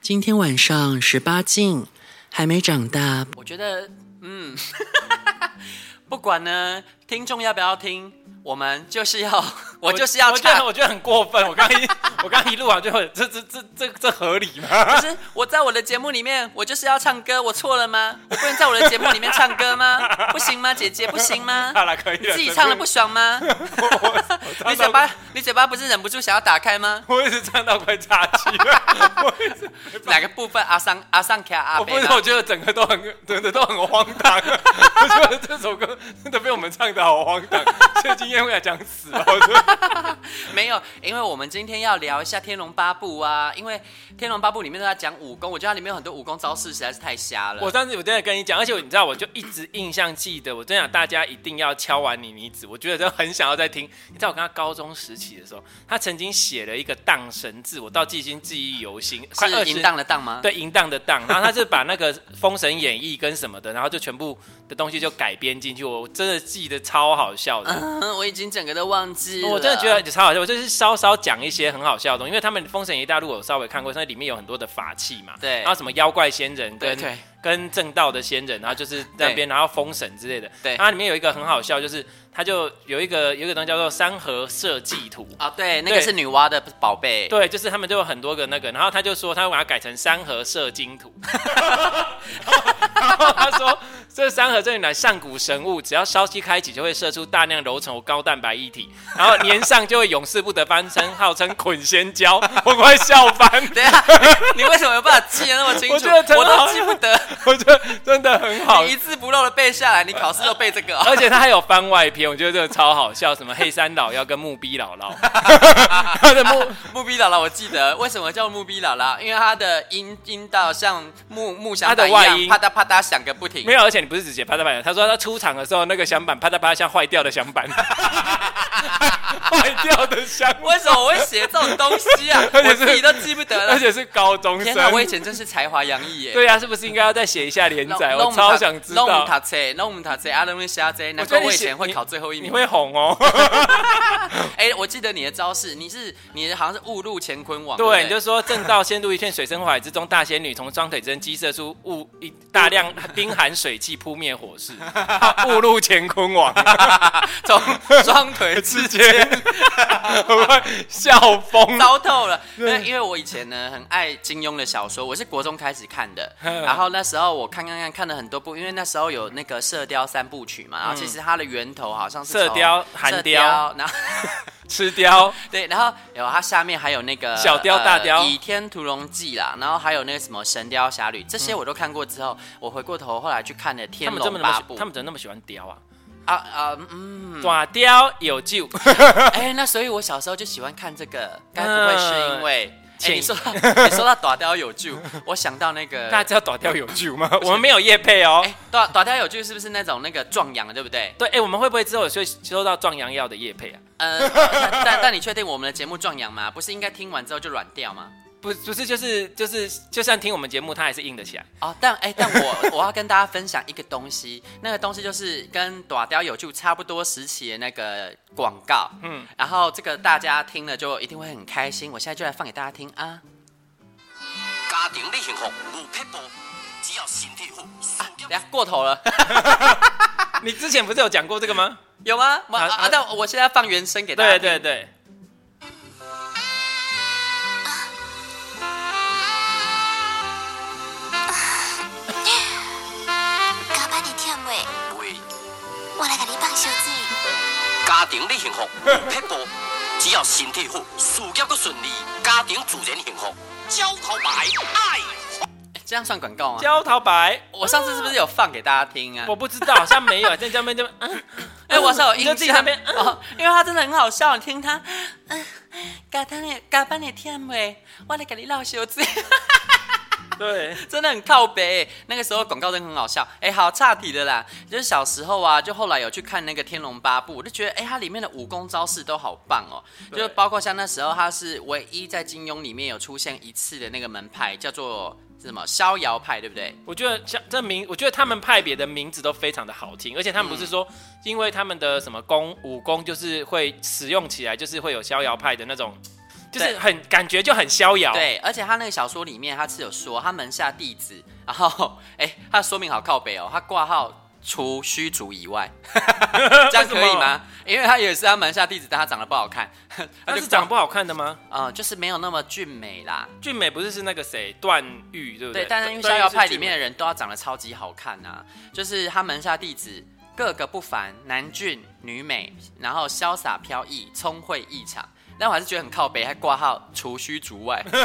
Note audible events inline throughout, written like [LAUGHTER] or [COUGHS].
今天晚上十八禁，还没长大，我觉得，嗯， [LAUGHS] 不管呢，听众要不要听，我们就是要， [LAUGHS] 我就是要我觉得唱。我觉得很过分。我刚一我刚一录完就会，这这这这这合理吗？ [LAUGHS] 不是 [LAUGHS] 我在我的节目里面，我就是要唱歌，我错了吗？我不能在我的节目里面唱歌吗？不行吗，姐姐，不行吗？好了，可以你了。自己唱了不爽吗？我你唱嘴到，巴，你嘴巴不是忍不住想要打开吗？我一直唱到快岔气了。我一直哪个部分阿桑阿桑卡阿我贝不拉是，？我觉得整个都很，整个都很荒唐。啊我觉得这首歌真的被我们唱的好荒唐，谢金燕会来讲死了。我觉得没有，因为我们今天要聊一下《天龙八部》啊，因为《天龙八部》里面都在讲武功，我觉得它里面有很多武功招式实在是太瞎了。我上次我真的跟你讲，而且你知道，我就一直印象记得，我真想大家一定要敲完你妮子，我觉得真的很想要再听。你知道我跟他高中时期的时候，他曾经写了一个“荡神字”，我到今今记忆犹新，快是二十淫荡的荡吗？ [LAUGHS] 对，淫荡的荡，然后他就把那个《封神演义》跟什么的，然后就全部的东西就改编进去，我真的记得超好笑的。嗯， [LAUGHS] 啊我已经整个都忘记了。我真的觉得超好笑，我就是稍稍讲一些很好笑的东西，因为他们《封神演义》大陆我有稍微看过，所以里面有很多的法器嘛，对然后什么妖怪仙人对跟对跟正道的仙人，然后就是那边，然后封神之类的，对然后里面有一个很好笑，就是它就有一个有一个东西叫做山河社稷图，啊，对，那个对是女娲的宝贝。对，就是他们就有很多个那个，然后他就说他把它改成山河射精图， [LAUGHS] 然后他说这山河这里乃上古神物，只要烧漆开启就会射出大量柔稠高蛋白液体，然后粘上就会永世不得翻身，号称捆仙胶，我快笑翻，等一下，啊 [LAUGHS] 你为什么有办法记得那么清楚？我觉得真的好都记不得，我觉得真的很 [LAUGHS] 好你。一字不漏的背下来，你考试都背这个、 [LAUGHS] 哦。而且他还有番外篇，我觉得这个超好笑，什么黑山老妖跟木逼姥姥，他的木木逼姥姥，我记得为什么叫木逼姥姥？因为她的音音道像木木响她的板一样外音啪嗒啪嗒响个不停没。有，而且你不是只写啪嗒啪嗒，他说他出场的时候那个响板啪嗒啪嗒像坏掉的响板， [LAUGHS] 坏掉的响板，为什么我会写这种东西啊？ [LAUGHS] 而且我是自己都记不得而了。且是高中天哪，我以生。前真是才华洋溢耶！对啊呀、是不是应该要再写一下连载？我超想知弄道，塔车，弄塔车，阿龙虾车，难觉怪得你我以写前会你考最后一你名。会 [LAUGHS] 红哦。哎、我记得你的招式，你是你好像是误入乾坤网， [LAUGHS] 对，对你不就说正道陷入一片水深火海之中，大仙女从双腿之间激射出雾一大量冰寒水汽扑灭火势，她误入乾坤网，从 [LAUGHS] 双腿直接 [LAUGHS] 我快笑疯。糟透 [LAUGHS] 了。那因为我以前呢很爱金庸的小说，我是国中开始看 [LAUGHS] 的，嗯然后那时候我看看看看了很多部，因为那时候有那个《射雕三部曲》嘛，然后其实它的源头好像是嗯射从雕寒射雕雕，然后。吃雕，对，然后有它下面还有那个小雕呃大雕倚天屠龙记》啦，然后还有那个什么《神雕侠侣》，这些我都看过之后，我回过头后来去看了《嗯他天们怎龙么八那部么，他》们怎么那么喜欢雕啊？啊啊嗯， [LAUGHS] 短雕 [LAUGHS] 有救，哎、那所以我小时候就喜欢看这个，该不会是因为？哎、潜你说到你说 [LAUGHS] 到打雕有救，我想到那个，大家知道短雕有救 [LAUGHS] 吗？我们没有叶配哦哎、。打打雕有救是不是那种那个壮阳的，对不对？对，哎，我们会不会之后有收收到壮阳药的叶配啊？呃， [LAUGHS] 但但但你确定我们的节目壮阳吗？不是应该听完之后就软掉吗？不，不是，就是就是，就算听我们节目，他还是硬 [LAUGHS] 得起来。哦，但哎、但我 [LAUGHS] 我要跟大家分享一个东西，那个东西就是跟打雕有救差不多时期的那个广告，嗯，然后这个大家听了就一定会很开心，我现在就来放给大家听啊。家庭你幸福有撇步，只要身体好，事等业一下过头了，你之前不是有讲过这个吗？有吗？我啊啊啊！但我现在放原声给大家对听。对对，加班你忝袂，袂。我来甲你放小水。家庭你幸福有撇步，只要身体好，事业搁顺利，家庭自然幸福。焦头白爱。哎这样算广告吗？焦桃白，我上次是不是有放给大家听啊我？不知道，好像没有。在江 [LAUGHS] 边这边，啊哎，我是有印你就象自己那边嗯哦，因为他真的很好笑，你听他，嗯，加班的加班的忝袂，我来给你绕小子，对， [LAUGHS] 真的很靠北。那个时候广告真的很好笑。哎，好岔题的啦，就是小时候啊，就后来有去看那个《天龙八部》，我就觉得哎，它里面的武功招式都好棒哦，对就是包括像那时候他是唯一在金庸里面有出现一次的那个门派，叫做是什么逍遥派，对不对？我觉得像这名，我觉得他们派别的名字都非常的好听，而且他们嗯不是说，因为他们的什么功武功，就是会使用起来，就是会有逍遥派的那种。就是对很感觉就很逍遥。，对，而且他那个小说里面他是有说他门下弟子，然后哎、他的说明好靠北哦，他挂号除虚竹以 [LAUGHS] 外，这样可以吗？因为他也是他门下弟子，但他长得不好 [LAUGHS] 看，他那就是长得不不好看的吗？呃，就是没有那么俊美啦。俊美不是是那个谁段誉对不对，对，但是因为逍遥派里面的人都要长得超级好看呐、就是他门下弟子个个不凡，男俊女美，然后潇洒飘逸，聪慧异常。但我还是觉得很靠北，还挂号除虚竹外，他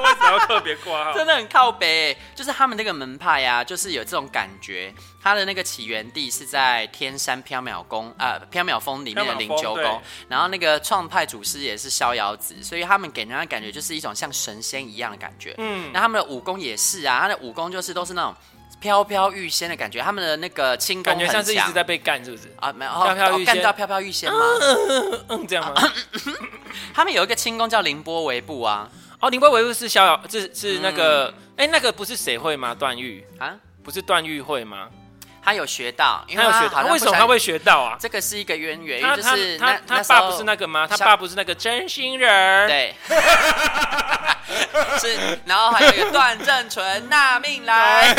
为什 [LAUGHS] 么要特别挂号？真的很靠北。就是他们那个门派啊，就是有这种感觉。它的那个起源地是在天山缥缈宫，呃，缥缈峰里面的灵鹫缥缈峰宫。然后那个创派祖师也是逍遥子，所以他们给人家感觉就是一种像神仙一样的感觉。嗯嗯，那他们的武功也是啊，他的武功就是都是那种飘飘欲仙的感觉，他们的那个轻功感觉很像是一直强在被干，是不是？啊，没有飘飘欲哦干仙到飘飘欲仙吗？嗯，这样吗？他们有一个轻功叫凌波微步啊 [COUGHS] 哦，林波维是逍遥，是是那嗯个，哎、那个不是谁会吗？段誉啊，不是段誉会吗？他有学到，因他有他学好到，像为什么不他想会学到啊？这个是一个渊源，因他为就他是他那他那时候爸不是那个吗？他像爸不是那个真心人儿，对。 [LAUGHS] 是，然后还有一个段正淳纳命来，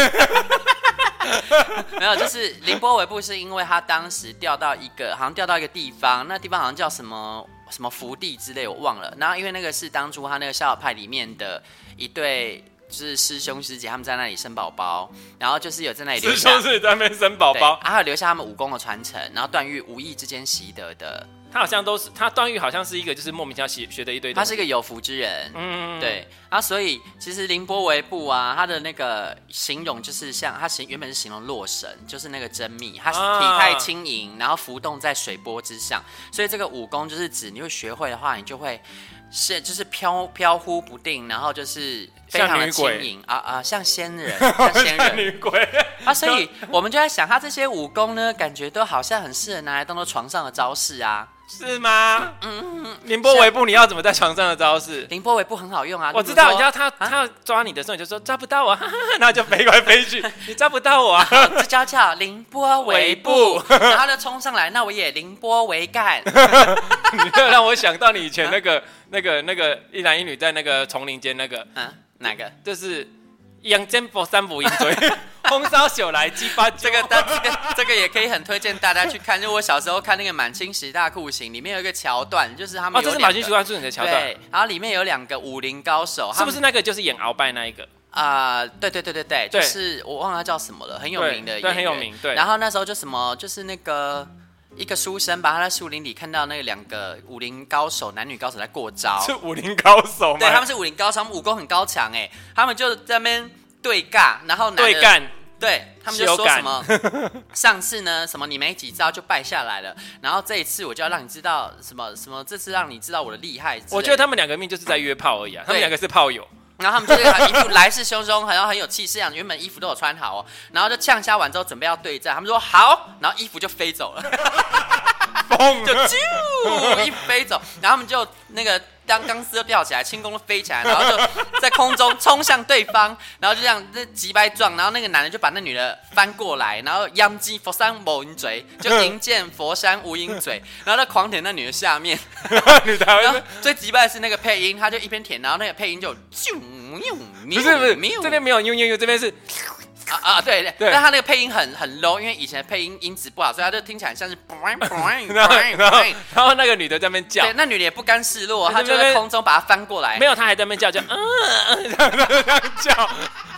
[LAUGHS] 没有，就是凌波微步，是因为他当时调到一个，好像调到一个地方，那地方好像叫什么什么福地之类，我忘了。然后因为那个是当初他那个逍遥派里面的一对，就是师兄师姐，他们在那里生宝宝，然后就是有在那里留师下兄是在那边生宝对宝，啊还有留下他们武功的传承，然后段誉无意之间习得的，他好像都是他段誉好像是一个就是莫名其妙学学的一堆他东西，是一个有福之人，嗯，对啊，所以其实凌波微步啊，他的那个形容就是像他形原本是形容洛神，就是那个真蜜，他啊体态轻盈，然后浮动在水波之上，所以这个武功就是指你会学会的话，你就会是就是飘飘忽不定，然后就是非常像的女轻鬼盈啊啊，像仙人， [LAUGHS] 像仙人。女鬼，啊，所以我们就在想，他这些武功呢，感觉都好像很适合拿来当做床上的招式啊。是吗？嗯，凌波微步，你要怎么在床上的招式？凌波微步很好用啊，我知道，例你如知说道他他要抓你的时候，你就说抓不到 [LAUGHS] 我，哈哈哈然后就飞来飞去，你抓不到我啊， [LAUGHS] 这叫叫凌波微步， [LAUGHS] 然后就冲上来，那我也凌波微干。 [LAUGHS] 你这让我想到你以前那个那个那个一男一女在那个丛林间那个，嗯，哪个？就是养肩膊三不一嘴， [LAUGHS] 红烧酒来激发这个大，这个这个也可以很推荐大家去看。就我小时候看那个《满清十大酷刑》，里面有一个桥段，就是他们哦，有这是两马个军徐冠顺你的桥段对，，然后里面有两个武林高手，是不是那个就是演鳌拜那一个？啊、对对对对对，对就是我忘了他叫什么了，很有对名的演员，对很有名对然后那时候就什么，就是那个一个书生吧，他在树林里看到那两个武林高手，男女高手在过招，是武林高手吗？对，他们是武林高手，他们武功很高强哎，他们就在那边对尬，然后男的对，干，对他们就说什么， [LAUGHS] [LAUGHS] 上次呢什么你没几招就败下来了，然后这一次我就要让你知道什么什么，这次让你知道我的厉害之类的。我觉得他们两个命就是在约炮而已啊，他们两个是炮 [LAUGHS] 友。然后他们就是很一副来势汹汹，好像很有气势一样，原本衣服都有穿好哦，然后就呛虾完之后准备要对战，他们说好，然后衣服就飞走了，疯就啾，衣服飞走，然后他们就那个当钢丝就吊起来，轻功都飞起来，然后就在空中冲向对方，然后就这样这几百撞，然后那个男的就把那女的翻过来，然后央击佛山无影嘴，就迎见佛山无影嘴，然后就狂舔那女的下面，女的还然后会最击败的是那个配音，他就一边舔，然后那个配音就啾。不不是不是，这边没有妞妞妞，这边是啊啊，对对，对但他那个配音很很 low，因为以前配音音质不好，所以他就听起来像是然后然后然后那个女的在那边叫对，，那女的也不甘示弱，对她就对对在空中把它翻过来。没有，有，她还在那边叫叫，嗯嗯，这样这样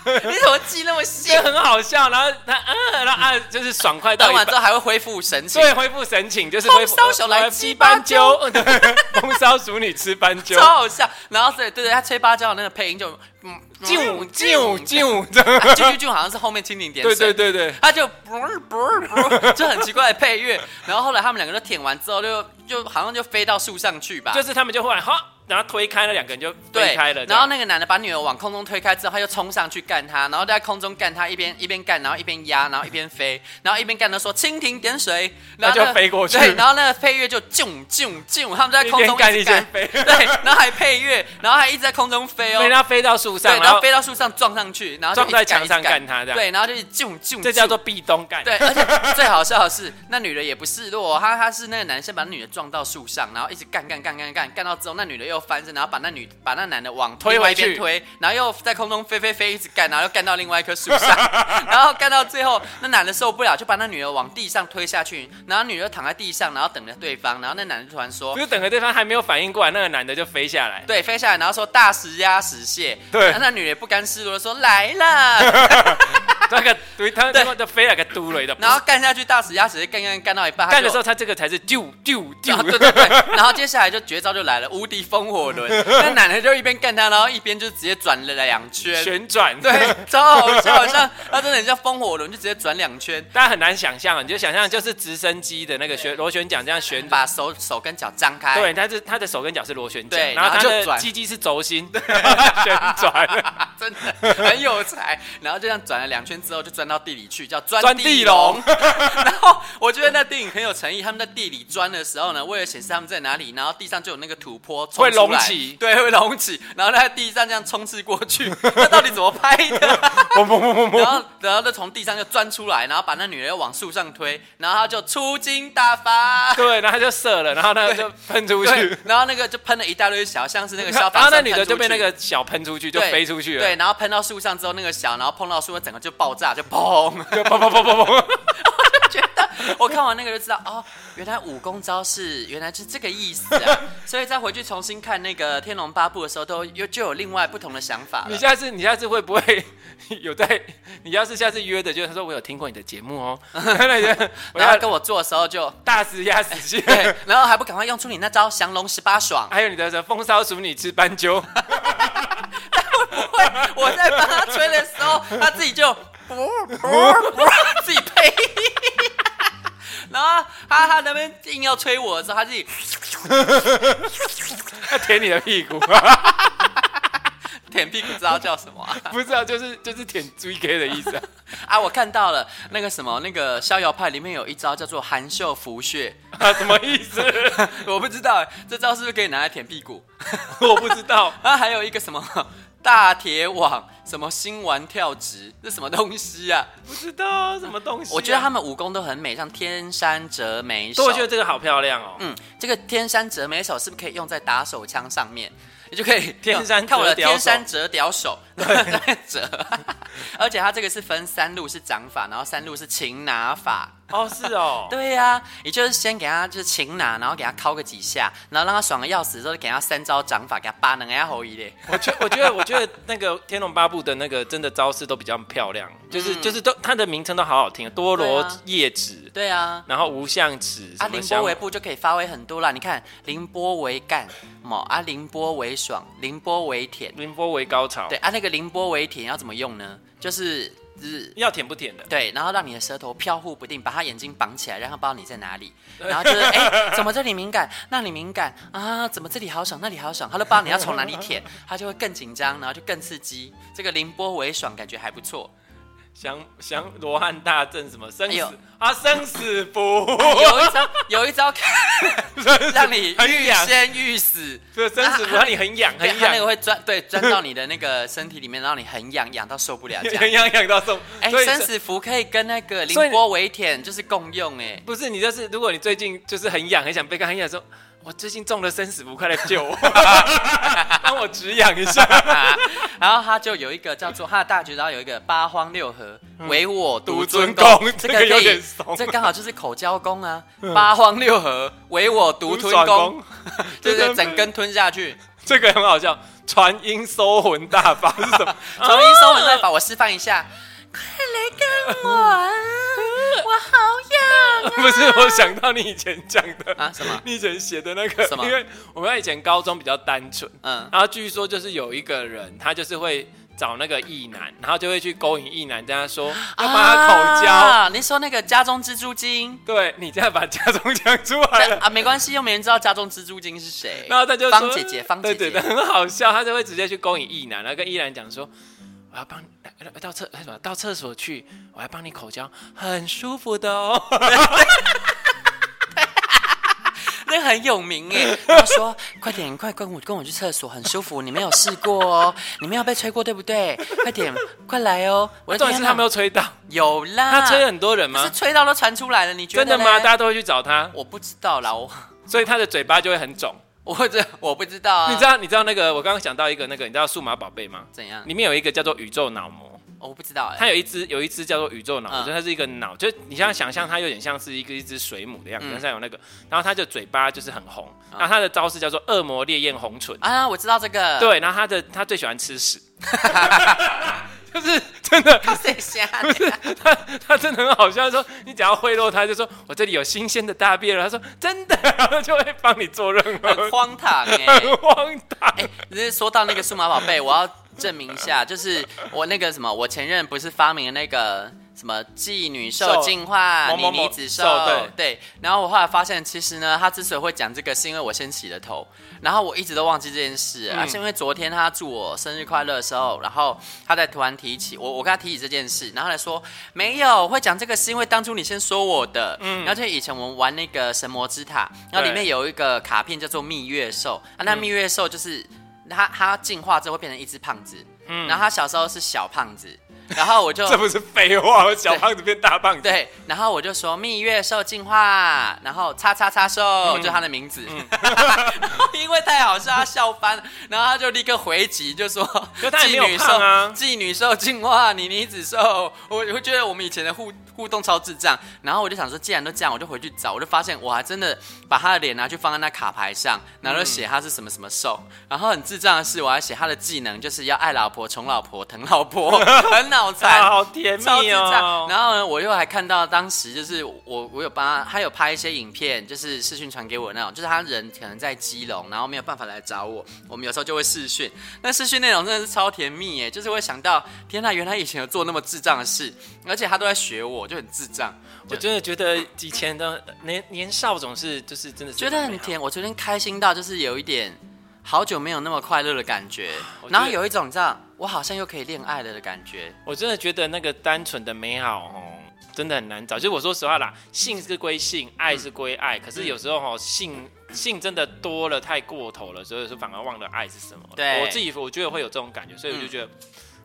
[LAUGHS] 叫，你怎么记那么细这？很好笑。然后她嗯，然后啊就是爽快到当一完半之，后还会恢复神情，对，恢复神情就是恢复呃红烧小来七八揪， [LAUGHS] 红烧熟女吃斑鸠超，好笑。然后所以对对，他吹芭蕉的那个配音就嗯啾啾啾啾，这样啾啾啾，好像是后面蜻蜓点对水。对对对，他就不不不， [LAUGHS] 就很奇怪的配乐。然后后来他们两个就舔完之后就，就好像就飞到树上去吧，就是他们就忽然哈，然后推开了两个人就对推开了，这然后样那个男的把女儿往空中推开之后，他又冲上去干她，然后在空中干她，一边一边干，然后一边压，然后一边飞，然后一边干，他说蜻蜓点水，然后那就个飞过去对，然后那个配乐就啾啾啾，他们在一空边中干直一边干飞对，然后还配乐，然后还一直在空中飞被哦。他飞到树上，对，然然后后飞到树上撞上去，然后就撞在一直干墙上一直干他这样对，然后就是啾啾，这叫做壁咚干，对，而且最好笑的是，那女的也不示弱哦，她她是那个男生把那女的撞到树上，然后一直干干干干干干到之后，那女的又翻身，然后把那女把那男的往推另外回一边去推，然后又在空中飞飞飞，一直干，然后又干到另外一棵树上， [LAUGHS] 然后干到最后，那男的受不了，就把那女的往地上推下去，然后女的躺在地上，然后等着对方，然后那男的就突然说不是等着对方还没有反应过来，那个男的就飞下来。对，飞下来，然后说大石压死蟹。对然后那女的也不甘示弱地说来了， [LAUGHS] 那个对，他对他就飞了个嘟了一个，然后干下去，大石压死蟹，干干干到一半，干的时候候。他这个才是丢丢 [LAUGHS] 丢然后，对对对，然后接下来就绝招就来了，无敌风火 [LAUGHS] 轮。那男的就一边干他，然后一边就直接转了两圈，旋转。对，超好笑，好像他真的很像风火轮，就直接转两圈， [LAUGHS] 大家很难想象啊，你就想象就是直升机的那个旋螺旋桨这样旋转。把手手跟脚张开，对，他是他的手跟脚是螺旋对桨，然后然他后就的转鸡鸡是轴心， [LAUGHS] 旋转。啊，真的很有才。然后就这样转了两圈之后，就钻到地里去，叫钻钻地地龙龙。 [LAUGHS] 然后我觉得那电影很有诚意，他们在地里钻的时候呢，为了显示他们在哪里，然后地上就有那个土坡冲会出来隆起对，会隆起，然后在地上这样冲刺过去， [LAUGHS] 那到底怎么拍的？然后，然后就从地上就钻出来，然后把那女的又往树上推，然后他就出金大发。对，然后他就射了，然后那个就喷出去对，，然后那个就喷了一大堆小， [LAUGHS] 像是那个消然防后那栓女的喷就出被那去个小喷出去，就对飞出去了。对，然后喷到树上之后，那个小，然后碰到树，整个就爆炸，就 [LAUGHS] 砰！就砰砰砰砰砰，觉得我看完那个就知道，哦，原来武功招式原来是这个意思啊！所以再回去重新看那个《天龙八部》的时候，都又就有另外不同的想法你了。下次你下次会不会 [LAUGHS] 有在？你要是下次约的，就是他说我有听过你的节目哦， [LAUGHS] 那个我然后要跟我做的时候就大石压死蟹，！对，然后还不赶快用出你那招降龙十八爽还有你的什么风骚熟女吃斑鸠， [LAUGHS] 会，我在帮他吹的时候，他自己就自己配音。 [LAUGHS] 然后他他那边硬要吹我的时候，他自己他舔你的屁股， [LAUGHS] 舔屁股，知道叫什么啊？不是啊，就是就是舔追 K 的意思啊。啊，我看到了那个什么，那个逍遥派里面有一招叫做含袖拂穴，啊，什么意 [LAUGHS] 思？我不知道欸这招是不是可以拿来舔屁股。我不知道。然后还有一个什么大铁网，什么新丸跳直，这什么东西啊？不知道什么东西啊、我觉得他们武功都很美，像天山折梅手。对，我觉得这个好漂亮哦。嗯，这个天山折梅手是不是可以用在打手枪上面？你就可以 [LAUGHS] 天山看我的折雕天山手折雕手， [LAUGHS] 对，折。而且它这个是分三路是掌法，然后三路是擒拿法。哦，是哦。 [LAUGHS] 对呀、你就是先给他就是擒拿，然后给他敲个几下，然后让他爽的要死之后，给他三招掌法，给他扒能给他吼一嘞。我觉我觉得我觉得那个《天龙八部》的那个真的招式都比较漂亮，就是、就是都它的名称都好好听，多罗对啊叶指，对啊，然后无相指，啊， [LAUGHS] 什么凌香波微步就可以发挥很多啦。你看，凌波微干，嘛啊，凌波微爽，凌波微舔。凌波微高潮，对，啊，那个凌波微舔要怎么用呢？就是就是要甜不甜的，对，然后让你的舌头飘忽不定，把他眼睛绑起来，让他不知道你在哪里。然后就是，哎、怎么这里敏感，那里敏感啊？怎么这里好爽，那里好爽？他都不知道你要从哪里舔，他就会更紧张，然后就更刺激。这个凌波微爽感觉还不错。 [LAUGHS] 降降罗汉大阵什么生哎死、呦啊生死符，有一招，有一招 [LAUGHS] 让你很欲痒仙欲死。对生死符让你很痒对 [LAUGHS] 很他那个痒。会钻，对，钻到你的那个身体里面，让你很痒，痒到受不了这 [LAUGHS] 很样。痒痒到受，哎、所以生死符可以跟那个所凌以你波微舔就是共用哎、不是你就是，如果你最近就是很痒，很想被干，很想说，我最近中了生死符，快来救我， [LAUGHS] 帮我止痒一下。 [LAUGHS] 然后他就有一个叫做他的大绝招有一个八荒六合唯我独尊嗯独尊功功，这个这个有可以点怂，嗯这刚好就是口交功啊，八荒六合唯我独吞独功爽功，对这对，个整根吞下去。这个很好笑，传音收魂大法是 [LAUGHS] 什么？从一收完再把我示范一下，快来干我 [LAUGHS] 啊，我好痒啊！不是，我想到你以前讲的啊什么你以前写的那个什么因为我们以前高中比较单纯，嗯嗯，然后据说就是有一个人，他就是会找那个异男，然后就会去勾引异男，跟他说要帮他口交，啊，你说那个家中蜘蛛精。对你这样把家中讲出来了。啊，没关系，又没人知道家中蜘蛛精是谁。哎然后他就说方姐姐，方姐对姐对，对很好笑，他就会直接去勾引异男，然后跟异男讲说，我要帮你到厕什么到厕所去，我要帮你口交，很舒服的哦。那个很有名哎。他说：“快点，快跟我跟我去厕所，很舒服。你没有试过哦，你没有被吹过对不对？快点，快来哦！我的重点天是哪他没有吹到，有啦，他吹很多人可吗是？吹到都传出来了，你觉得真的嘞吗？大家都会去找他，我不知道啦，我 [LAUGHS] 所以他的嘴巴就会很肿。我这我不知道啊，你知道你知道那个我刚刚想到一个那个你知道数码宝贝吗？怎样？里面有一个叫做宇宙脑膜，哦我不知道哎、它有一只有一只叫做宇宙脑，嗯我觉得它是一个脑，就是你现在想象它有点像是一个一只水母的样子，嗯但是它有那个，然后它的嘴巴就是很红，然后它的招式叫做恶魔烈焰红唇，啊，我知道这个，，对，然后它的它最喜欢吃屎， [LAUGHS] 就是真的。他谁瞎的？不是他，他真的很好笑。说你只要贿赂他，就说我这里有新鲜的大便了。他说真的， [LAUGHS] 然后就会帮你做任何很荒唐哎、很荒唐。 [LAUGHS] 哎、只是说到那个数码宝贝，我要证明一下，就是我那个什么，我前任不是发明了那个什么妓女兽兽进化某妮某妮某子兽兽，对。然后我后来发现，其实呢，他之所以会讲这个，是因为我先起了头，然后我一直都忘记这件事，而、是因为昨天他祝我生日快乐的时候，然后他在突然提起我，我跟他提起这件事，然后他说没有，我会讲这个是因为当初你先说我的，嗯，然后就以前我们玩那个神魔之塔，然后里面对有一个卡片叫做蜜月兽啊，那蜜月兽就是它它进化之后会变成一只胖子，然后它小时候是小胖子，然后 [LAUGHS] 我就这不是废话，我小胖子变大胖子。对，然后我就说蜜月兽进化，然后叉叉叉兽、嗯就它的名字，然后 [LAUGHS] 因为太好笑，他笑翻了，然后他就立刻回击，就说可是他也没有妓女兽胖啊妓女兽进化，你妮子兽，我会觉得我们以前的互互动超智障，然后我就想说，既然都这样，我就回去找，我就发现我还真的把他的脸拿去放在那卡牌上，然后就写他是什么什么兽，然后很智障的是，我还写他的技能就是要爱老婆、宠老婆、疼老 [LAUGHS] 婆，很脑残，啊好甜蜜哦超智障然后呢，我又还看到当时就是我我有帮他，他有拍一些影片，就是视讯传给我那种，就是他人可能在基隆，然后没有办法来找我，我们有时候就会视讯。那视讯内容真的是超甜蜜耶，就是会想到天呐，原来以前有做那么智障的事，而且他都在学我，就很智障，我真的觉得以前的年年少总是就是真的是觉得很甜。我昨天开心到就是有一点好久没有那么快乐的感觉，我觉得然后有一种你知道，我好像又可以恋爱了的感觉。我真的觉得那个单纯的美好哦，真的很难找。就是我说实话啦，性是归性，爱是归爱，可是有时候哦，性性真的多了太过头了，所以说反而忘了爱是什么了。对我自己我觉得会有这种感觉，所以我就觉得，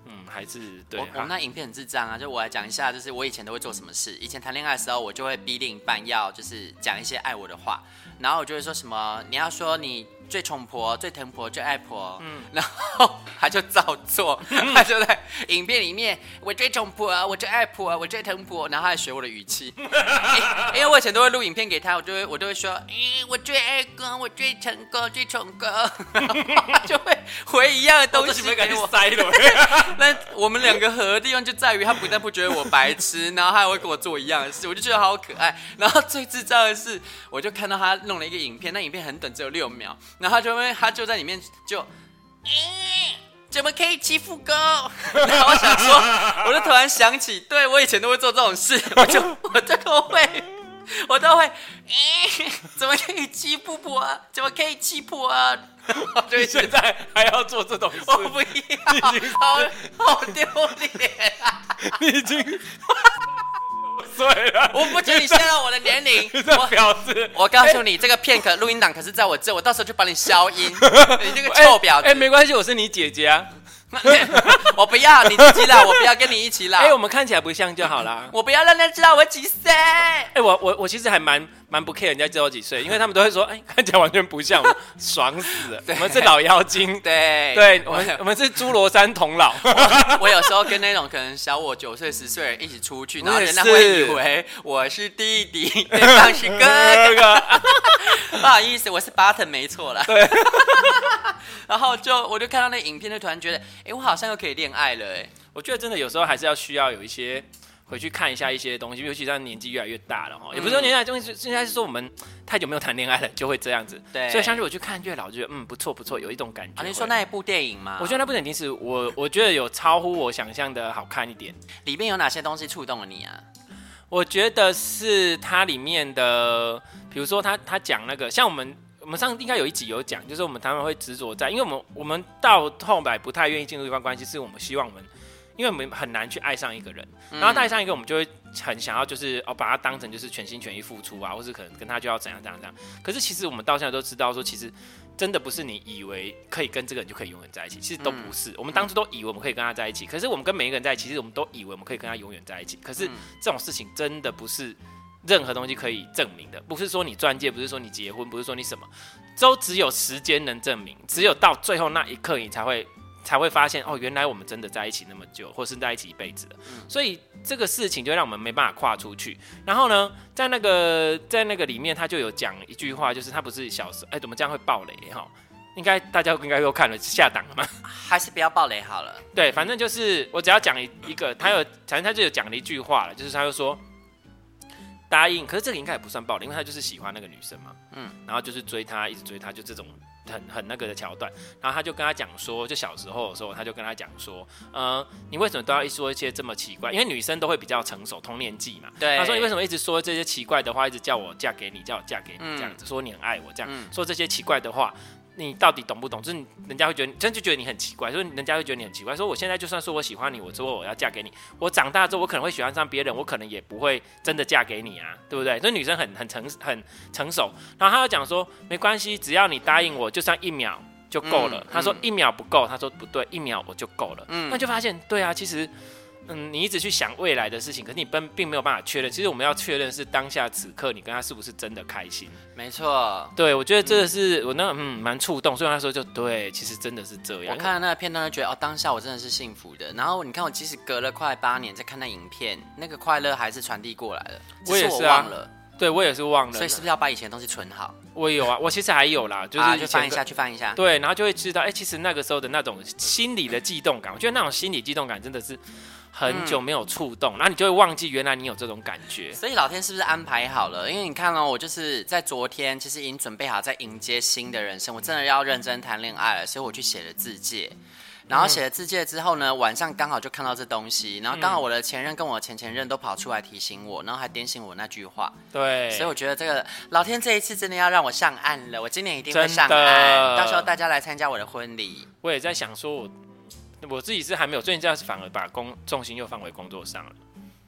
嗯，还是对。我我们那影片很智障啊，就我来讲一下，就是我以前都会做什么事。以前谈恋爱的时候，我就会逼另一半要就是讲一些爱我的话，然后我就会说什么你要说你最宠婆、最疼婆、最爱婆，嗯，然后 [LAUGHS] 他就照做，他就在影片里面我最宠婆，我最爱婆，我最疼婆，然后他还学我的语气， [LAUGHS] 因为我以前都会录影片给他，我就会我都会说，诶、我最爱哥，我最成功，最宠哥， [LAUGHS] 然后他就会回一样的东西给我。塞了。 [LAUGHS] 那我们两个合的地方就在于，他不但不觉得我白痴，然后他还会跟我做一样的事，我就觉得好可爱。然后最智障的是，我就看到他弄了一个影片，那影片很短，只有六秒，然后他就会他就在里面就，咦怎么可以欺负狗？ [LAUGHS] 然后我想说，我就突然想起，对我以前都会做这种 [LAUGHS] 事，我就我这个会。我都会，咦怎么可以欺负我啊？怎么可以欺负我啊？ [LAUGHS] 就会对，觉得 [LAUGHS] 现在还要做这种我 [LAUGHS] 事，不要，好好丢 [LAUGHS] 脸啊！你已 [LAUGHS] 经碎了。我不准你泄露我的年龄，你这我表示，我告诉你，这个片刻录音档可是在我这，我到时候就把你消 [LAUGHS] 音，你这个臭婊哎，子！没关系，我是你姐姐啊。 [LAUGHS] 我不要你自己啦，我不要跟你一起啦 [LAUGHS] 哎，，我们看起来不像就好啦。我不要让他知道我几岁。哎、我我我其实还蛮蛮不 care 人家知道我几岁，因为他们都会说，哎、看起来完全不像，我爽死了。我们是老妖精，对对，我们我们是侏罗山童 [LAUGHS] 姥，我有时候跟那种可能小我九岁、十岁的人一起出去，然后我也人家是会以为我是弟弟，对方是哥哥。 [LAUGHS] 哥，不好意思，我是 button 没错啦。对。 [LAUGHS] 然后就我就看到那影片，就突然觉得，哎、我好像又可以恋爱了、诶我觉得真的有时候还是要需要有一些回去看一下一些东西，尤其像年纪越来越大了哈，也不嗯是说年纪越来越大，就是应该是说我们太久没有谈恋爱了，就会这样子。对所以相信我去看越老，就觉得嗯不错不错，有一种感觉啊，会。你说那一部电影吗？我觉得那部电影其实我我觉得有超乎我想象的好看一点。里面有哪些东西触动了你啊？我觉得是它里面的，比如说他他讲那个，像我们我们上应该有一集有讲，就是我们他们会执着在，因为我们我们到后来不太愿意进入一段关系，是我们希望我们，因为我们很难去爱上一个人，然后爱上一个我们就会很想要就是哦把他当成就是全心全意付出啊，或是可能跟他就要怎样怎样怎样，可是其实我们到现在都知道说其实。真的不是你以为可以跟这个人就可以永远在一起，其实都不是。我们当初都以为我们可以跟他在一起，可是我们跟每一个人在一起，其实我们都以为我们可以跟他永远在一起，可是这种事情真的不是任何东西可以证明的，不是说你钻戒，不是说你结婚，不是说你什么，都只有时间能证明，只有到最后那一刻，你才会才会发现，哦，原来我们真的在一起那么久，或是在一起一辈子了。所以这个事情就让我们没办法跨出去。然后呢，在那个在那个里面，他就有讲一句话，就是他不是小时候，哎、怎么这样会爆雷哈？应该大家应该都看了下档了嘛？还是不要暴雷好了。对，反正就是我只要讲一一个，他有，反正他就有讲了一句话了，就是他就说答应，可是这个应该也不算暴力，因为他就是喜欢那个女生嘛，嗯嗯，然后就是追她，一直追她，就这种很很那个的桥段，然后他就跟他讲说，就小时候的时候，他就跟他讲说，呃，你为什么都要一说一些这么奇怪？因为女生都会比较成熟，同年纪嘛，对他说你为什么一直说这些奇怪的话，一直叫我嫁给你，叫我嫁给你这样子，说你很爱我这样，嗯说这些奇怪的话，你到底懂不懂？就是人家会觉得你，真就觉得你很奇怪，所以人家会觉得你很奇怪。说我现在就算说我喜欢你，我说我要嫁给你，我长大之后我可能会喜欢上别人，我可能也不会真的嫁给你啊，对不对？所以女生很很成很成熟。然后她就讲说，没关系，只要你答应我，就算一秒就够了。嗯她说嗯一秒不够，她说不对，一秒我就够了。那就发现，对啊，其实。嗯，你一直去想未来的事情，可是你并并没有办法确认。其实我们要确认是当下此刻你跟他是不是真的开心。没错，对，我觉得这个是、我那嗯蛮触动，所以那时候就对，其实真的是这样。我看了那个片段就觉得，哦，当下我真的是幸福的。然后你看，我即使隔了快八年再看那影片，那个快乐还是传递过来了，我只也是是啊我嗯忘了。对我也是忘了，所以是不是要把以前的东西存好？我有啊，我其实还有啦，就啊，是去以前翻一下，去翻一下。对，然后就会知道，哎、其实那个时候的那种心理的悸动感，我觉得那种心理悸动感真的是很嗯久没有触动，然后你就会忘记原来你有这种感觉。所以老天是不是安排好了？因为你看哦，我就是在昨天，其实已经准备好在迎接新的人生，我真的要认真谈恋爱了，所以我去写了字界。然后写了字界之后呢，晚上刚好就看到这东西，然后刚好我的前任跟我前前任都跑出来提醒我，然后还点醒我那句话，对，所以我觉得这个老天这一次真的要让我上岸了，我今年一定会真的上岸，到时候大家来参加我的婚礼。我也在想说我，我自己是还没有，最近这样反而把工重心又放回工作上了。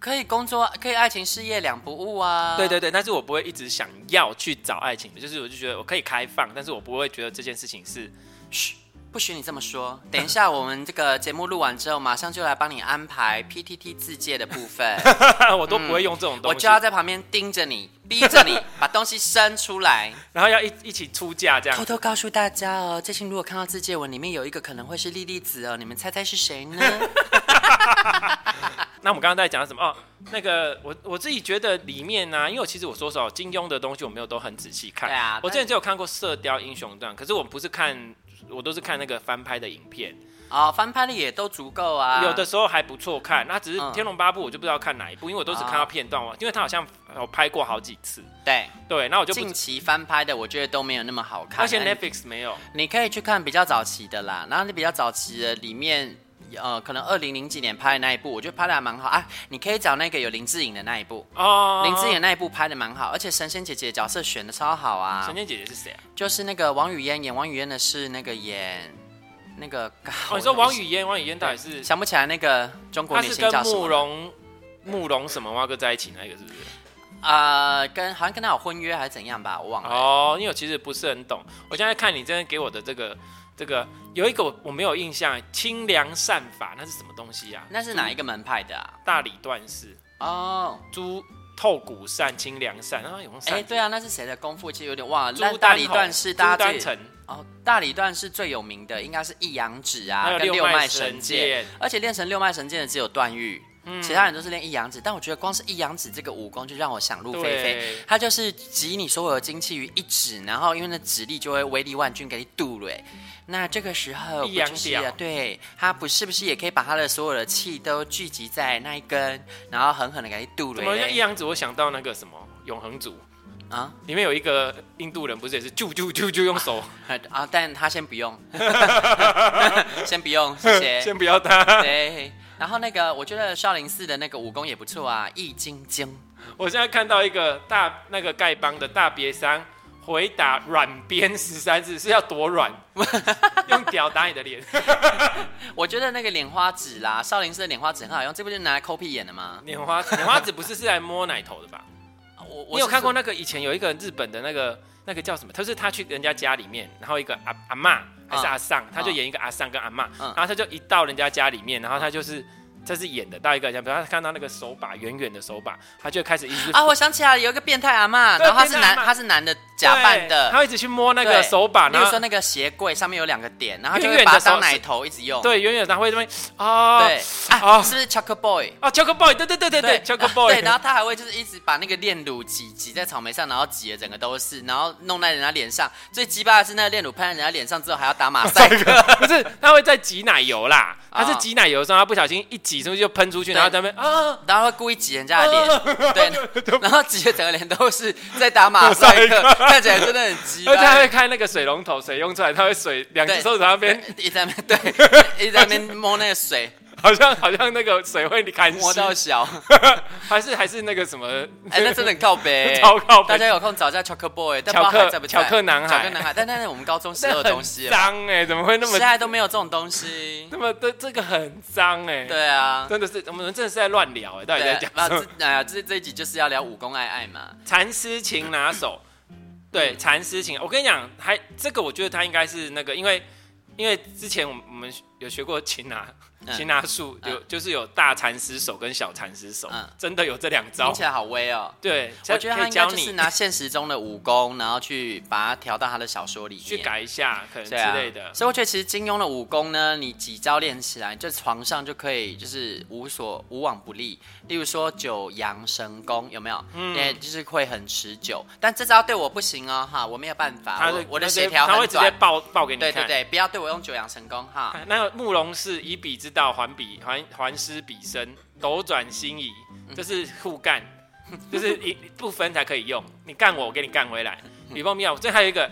可以工作，啊可以爱情事业两不误啊！对对对，但是我不会一直想要去找爱情的，就是我就觉得我可以开放，但是我不会觉得这件事情是 [LAUGHS] 不许你这么说。等一下，我们这个节目录完之后，马上就来帮你安排 PTT 自介的部 [LAUGHS] 分，我都不会用这种嗯东西，我就要在旁边盯着你，逼着你 [LAUGHS] 把东西生出来。然后要一一起出价这样偷。偷告诉大家哦，最近如果看到自介文里面有一个可能会是莉莉子哦，你们猜猜是谁 [LAUGHS] 呢？那我们刚刚在讲什么？哦，那个我我自己觉得里面呢、因为我其实我说实话，金庸的东西我没有都很仔细看。对啊我之前只有看过《射雕英雄传》，可是我不是看，我都是看那个翻拍的影片，哦，翻拍的也都足够啊。有的时候还不错看。那只是《嗯哦天龙八部》，我就不知道看哪一部，因为我都只看到片段，我因为它好像有拍过好几次。对，对，那我就不近。期翻拍的我觉得都没有那么好看，而且那 Netflix 没有，你可以去看比较早期的啦，然后那比较早期的里面，呃，可能二零零几年拍的那一部，我觉得拍的还蛮好啊。你可以找那个有林志颖的那一部，哦，林志颖那一部拍的蛮好，而且神仙姐姐的角色选的超好啊神，仙姐姐是谁啊？就是那个王语嫣演王语嫣的是那个演那个， [LAUGHS] 哦，你说王语嫣，王语嫣到底是想不起来那个中国她女是星跟叫什慕么？容慕容什么蛙哥在一起那个是不是？啊，跟好像跟她有婚约还是怎样吧，我忘了。哦，因为我其实不是很懂。我现在看你真的给我的这个这个有一个我我没有印象，清凉善法那是什么东西啊？那是哪一个门派的啊？大理段氏哦，朱透骨善、清凉善啊，有用善。哎，对啊，那是谁的功夫？其实有点忘了。朱丹但红，大理段是大朱家丹最成，哦，大理段是最有名的，应该是一阳指啊，还有跟六六脉脉神神剑嗯剑，而且练成六脉神剑的只有段誉。其他人都是练一阳指，但我觉得光是一阳指这个武功就让我想入非非对。它就是集你所有的精气于一指，然后因为那指力就会威力万钧给你堵了欸。那这个时候一阳不就是屌啊对他不是不是也可以把他的所有的气都聚集在那一根，然后狠狠的给你堵了怎么像欸一阳子？我想到那个什么永恒族。啊里面有一个印度人，不是也是啾啾啾啾用手，。啊！但他先不用，先不用，谢谢 [LAUGHS] 先不要他。对，然后那个我觉得少林寺的那个武功也不错啊，易筋经。我现在看到一个大那个丐帮的大瘪三回答软鞭十三字是要多 [LAUGHS] 软，用屌打你的脸。我觉得那个莲花指啦，少林寺的莲花指很好用，这不就是拿来抠屁眼的吗？拈花拈花指不是是来摸奶头的吧？我我你是有看说？过那个以前有一个日本的那个那个叫什么？他是他去人家家里面，然后一个阿阿嬷还是阿丧，他就演一个阿丧跟阿嬷，嗯然后他就一到人家家里面，然后他就是。这是演的，到一个人家，比如他看到那个手把远远的手把，他就开始一直哦啊，我想起来了有一个变态阿嬷，对然后他是变态阿男，嬷他是男的假扮的，他会一直去摸那那个手把，比然如说后那个鞋柜上面有两个点，然后就远会远把它的手当是奶头一直用。对，远远他会这边啊，哦对啊，啊是不是 Choco Boy？啊，Choco Boy，对对对对对，Choco 啊 Boy，对，然后他还会就是一直把那个炼乳挤挤在草莓上，然后挤的整个都是，然后弄在人家脸上。最鸡巴的是那个炼乳喷在人家脸上之后还要打马赛 [LAUGHS] 克，不是，他会在挤奶油啦，啊他是挤奶油的时候，他不小心一挤出去就喷出去，对然后在那边啊， [LAUGHS] 然后会故意挤人家的脸， [LAUGHS] 对，然后挤的整个脸都是在打马赛克，看起来真的很鸡巴而且。他会开那个水龙头，水用出来，他会水两只对手指那边，对一直在那边 [LAUGHS] 对，一直在那边摸那个水，好像好像那个水会干摸到湿，小。 [LAUGHS] 还是还是那个什么，哎、那真的很靠北、超靠北大家有空找一下 Choco Boy，但不知道巧克还在不在巧克男孩巧克男孩，但那是我们高中时那候的 [LAUGHS] 很东西了，脏哎，怎么会那现么在都没有这种东西。那么这这个很脏哎？对啊，真的是我们真的是在乱聊哎，到底对在啊，讲那什么？这哎呀，这这一集就是要聊武功爱爱嘛。蚕丝琴拿手，对，蚕丝琴，我跟你讲，还这个我觉得他应该是那个，因为因为之前我们我们有学过擒拿嗯擒拿术，有、就是有大蚕丝手跟小蚕丝手，嗯真的有这两招听起。来好威哦。对，我觉得可他以应该教就你是拿现实中的武功，然后去把它调到他的小说里面去改一下，可能之对啊类的。所以我觉得其实金庸的武功呢，你几招练起来，就床上就可以就是无所无往不利。例如说九阳神功有没有？嗯，对，就是会很持久。但这招对我不行哦，哈，我没有办法，他我会我的他协直接调他会很直接短。报报给你对看。对对，不要对我用九阳神功哈。 [LAUGHS] 啊那慕容氏以彼之道还彼还还施彼身，斗转星移，嗯这是互干，就是一不分才可以用。你干我，我给你干回来。嗯吕奉庙，这还有一个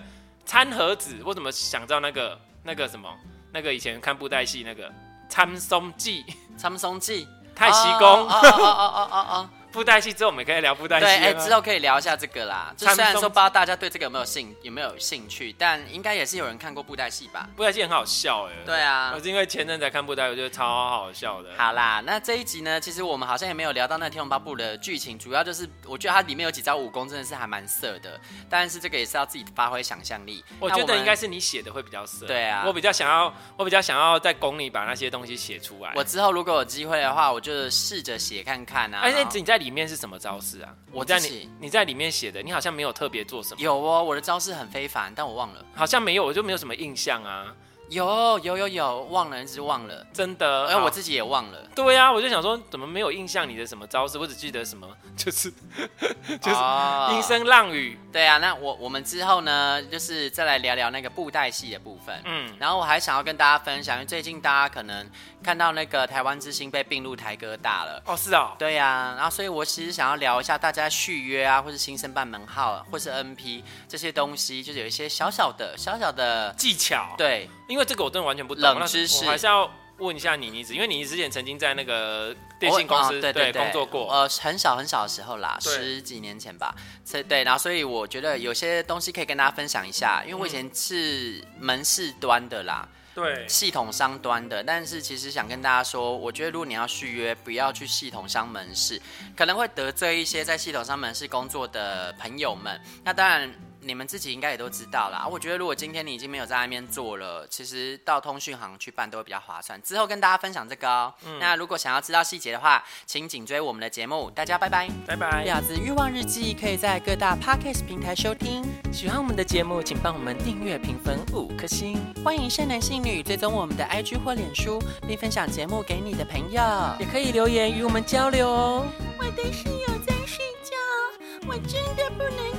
参合子，我怎么想到那个那个什么那个以前看布袋戏那个参松记、苍松记、太息哦功哦。哦哦哦哦 [LAUGHS] 哦。布袋戏之后我们可以聊布袋戏啊对，了吗。哎、之后可以聊一下这个啦。就参虽然说松不知道大家对这个有没有兴有没有兴趣，但应该也是有人看过布袋戏吧。布袋戏很好笑哎。对啊我是因为前阵才看布袋，我觉得超好笑的。好啦，那这一集呢，其实我们好像也没有聊到那《天龙八部》的剧情，主要就是我觉得它里面有几招武功真的是还蛮色的，但是这个也是要自己发挥想象力。我那觉得们应该。是你写的会比较深。对啊我比较想要，我比较想要在宫里把那些东西写出来。我之后如果有机会的话，我就试着写看看啊。而然后哎且你在里面是什么招式啊？我你在自你己你在里面写的，你好像没有特别做什么，有哦，我的招式很非凡，但我忘了。好像没有，我就没有什么印象啊，有有有有，忘了，一直忘了，真的。而哎我己自己也忘了。对啊，我就想说怎么没有印象你的什么招式，我只记得什么 [LAUGHS] 就是就是哦阴声浪语，对啊，那我我们之后呢，就是再来聊聊那个布袋戏的部分。嗯嗯，然后我还想要跟大家分享，因为最近大家可能看到那个台湾之星被并入台哥大了。哦是哦，对呀、然后所以我其实想要聊一下大家续约啊，或是新生办门号啊，或是 NP 这些东西，就是有一些小小的、小小的，技巧。，对因为这个我真的完全不懂，冷那知识我还是要问一下你，你因为你之前曾经在那个电信公我司哦对对，工作过，呃，很小很小的时候啦，对十几年前吧。所以对，然后所以我觉得有些东西可以跟大家分享一下，因为我以前是门市端的啦。对系统商端的，但是其实想跟大家说，我觉得如果你要续约，不要去系统商门市，可能会得罪一些在系统商门市工作的朋友们。那当然。你们自己应该也都知道啦。我觉得如果今天你已经没有在那边做了，其实到通讯行去办都会比较划算。之后跟大家分享这个哦。那如果想要知道细节的话，请紧追我们的节目。大家拜拜。拜拜。婊子欲望日记可以在各大 podcast 平台收听。喜欢我们的节目，请帮我们订阅、评分五颗星。欢迎善男信女追踪我们的 IG 或脸书，并分享节目给你的朋友。也可以留言与我们交流哦。我的室友在睡觉，我真的不能